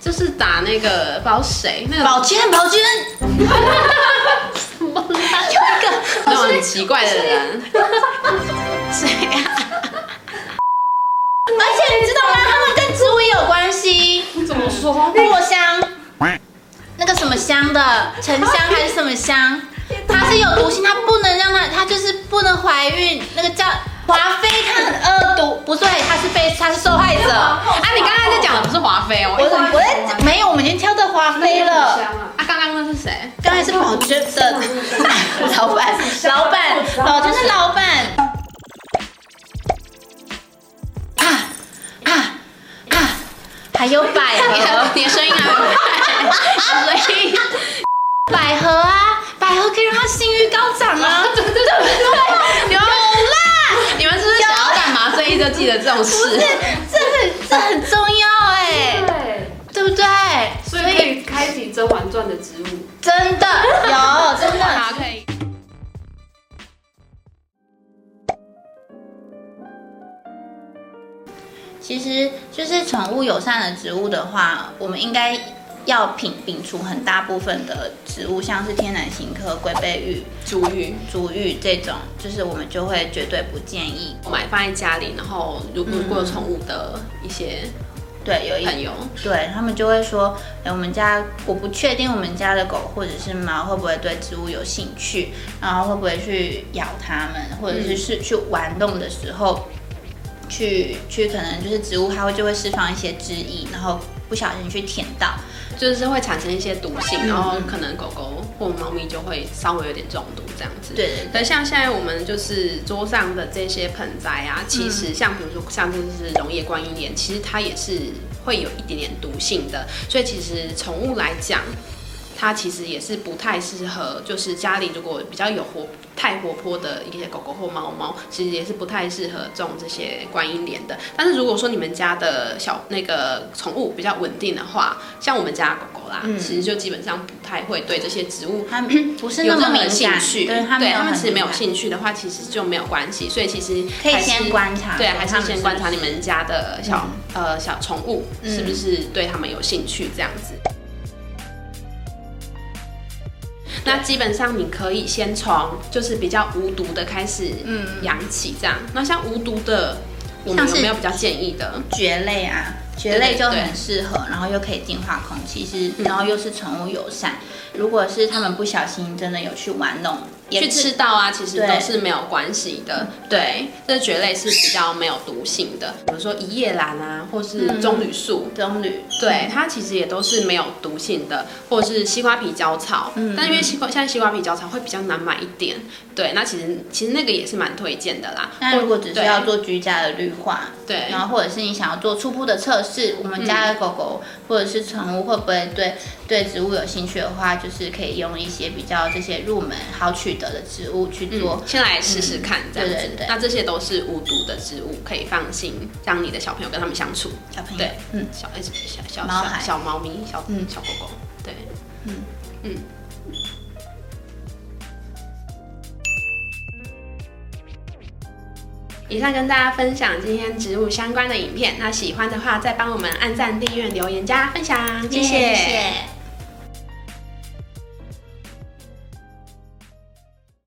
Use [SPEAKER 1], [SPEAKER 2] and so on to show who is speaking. [SPEAKER 1] 就是打那个不知道谁那个
[SPEAKER 2] 宝娟，宝娟，
[SPEAKER 1] 什么啦，有一个那种很奇怪的人，
[SPEAKER 2] 谁呀、而且你知道吗？他们跟植物也有关系。
[SPEAKER 1] 怎么说？
[SPEAKER 2] 藿香，那个什么香的，沉香还是什么香？它是有毒性，它不能让它，它就是不能怀孕。那个叫华妃，她很恶毒，不对，她是被，她是受害者。
[SPEAKER 1] 啊，你刚才在讲的不是华妃哦，
[SPEAKER 2] 我我在没有，我们已经挑到华妃了。
[SPEAKER 1] 啊，刚刚那是谁？
[SPEAKER 2] 刚才是宝娟的老板，老板，宝娟是老板。啊啊啊！还有百
[SPEAKER 1] 你
[SPEAKER 2] 合，
[SPEAKER 1] 的你的声音啊还没开，声音。
[SPEAKER 2] 百合啊，百合可以让她性欲高涨啊！对对对对，有啦，
[SPEAKER 1] 你们是不是想要 干嘛？所以一直记得这种
[SPEAKER 2] 这
[SPEAKER 1] 事，
[SPEAKER 2] 这这很重要哎，
[SPEAKER 3] 对，
[SPEAKER 2] 对不对？
[SPEAKER 3] 所以可以开启《甄嬛传》的植物。
[SPEAKER 2] 真的有，真的。
[SPEAKER 1] 好，可以。
[SPEAKER 2] 其实就是宠物友善的植物的话，我们应该要品摒除很大部分的植物，像是天南星科、龟背玉、
[SPEAKER 1] 主语。
[SPEAKER 2] 竹芋这种，就是我们就会绝对不建议。
[SPEAKER 1] 我买放在家里，然后如
[SPEAKER 2] 嗯
[SPEAKER 1] 如果有宠物的一些
[SPEAKER 2] 对，有一
[SPEAKER 1] 朋友，
[SPEAKER 2] 对他们就会说，哎，我们家我不确定我们家的狗或者是猫会不会对植物有兴趣，然后会不会去咬它们，或者是是去玩弄的时候，去去可能就是植物它会就会释放一些汁液，然后不小心去舔到。
[SPEAKER 1] 就是会产生一些毒性，然后可能狗狗或猫咪就会稍微有点中毒这样子。
[SPEAKER 2] 对对
[SPEAKER 1] 对，像现在我们就是桌上的这些盆栽啊，其实像比如说像就是溶液观音莲，其实它也是会有一点点毒性的，所以其实宠物来讲。它其实也是不太适合，就是家里如果比较有活太活泼的一些狗狗或猫猫，其实也是不太适合种这些观音莲的。但是如果说你们家的小那个宠物比较稳定的话，像我们家狗狗啦，其实就基本上不太会对这些植物
[SPEAKER 2] 它不
[SPEAKER 1] 嗯
[SPEAKER 2] 是那
[SPEAKER 1] 有
[SPEAKER 2] 么
[SPEAKER 1] 任何
[SPEAKER 2] 敏感，
[SPEAKER 1] 兴趣，
[SPEAKER 2] 对它没有
[SPEAKER 1] 他们
[SPEAKER 2] 很
[SPEAKER 1] 其实没有
[SPEAKER 2] 敏感
[SPEAKER 1] 兴趣的话，其实就没有关系。所以其实
[SPEAKER 2] 可以
[SPEAKER 1] 还是
[SPEAKER 2] 先观察，
[SPEAKER 1] 对，还
[SPEAKER 2] 他
[SPEAKER 1] 是
[SPEAKER 2] 们嗯
[SPEAKER 1] 先
[SPEAKER 2] 不
[SPEAKER 1] 观察你们家的小、呃小宠物
[SPEAKER 2] 嗯
[SPEAKER 1] 是不是对他们有兴趣这样子。那基本上你可以先从就是比较无毒的开始，嗯，养起这样。那像无毒的，我们
[SPEAKER 2] 像
[SPEAKER 1] 有
[SPEAKER 2] 是
[SPEAKER 1] 没有比较建议的？
[SPEAKER 2] 蕨类啊，蕨类就很适合，然后又可以净化空气，是
[SPEAKER 1] 嗯
[SPEAKER 2] 然后又是宠物友善。如果是他们不小心真的有去玩弄，也
[SPEAKER 1] 去
[SPEAKER 2] 是
[SPEAKER 1] 吃到啊，其实
[SPEAKER 2] 对
[SPEAKER 1] 都是没有关系的。对，这蕨类是比较没有毒性的，比如说一叶兰啊，或
[SPEAKER 2] 嗯
[SPEAKER 1] 是棕榈树，
[SPEAKER 2] 棕榈，
[SPEAKER 1] 对，它其实也都是没有毒性的，或者是西瓜皮焦草，
[SPEAKER 2] 嗯
[SPEAKER 1] 但因为西瓜现在西瓜皮焦草会比较难买一点，对，那其实其实那个也是蛮推荐的啦。
[SPEAKER 2] 那如果只是
[SPEAKER 1] 对
[SPEAKER 2] 要做居家的绿化，
[SPEAKER 1] 对
[SPEAKER 2] 然后或者是你想要做初步的测试，我们家的狗
[SPEAKER 1] 嗯
[SPEAKER 2] 狗或者是宠物会不会对对植物有兴趣的话，就是可以用一些比较这些入门好取得的植物去做
[SPEAKER 1] 嗯，先来试试看，这样子、
[SPEAKER 2] 对对对
[SPEAKER 1] 那这些都是无毒的植物，可以放心让你的小朋友跟他们相处。
[SPEAKER 2] 小朋友
[SPEAKER 1] 对，，
[SPEAKER 2] 嗯，
[SPEAKER 1] 小呃小小
[SPEAKER 2] 猫
[SPEAKER 1] 小
[SPEAKER 2] 孩
[SPEAKER 1] 小猫咪，小
[SPEAKER 2] 嗯
[SPEAKER 1] 小狗狗，对，嗯嗯。以上跟大家分享今天植物相关的影片，那喜欢的话再帮我们按赞、订阅、留言、加分享，谢谢
[SPEAKER 2] 谢谢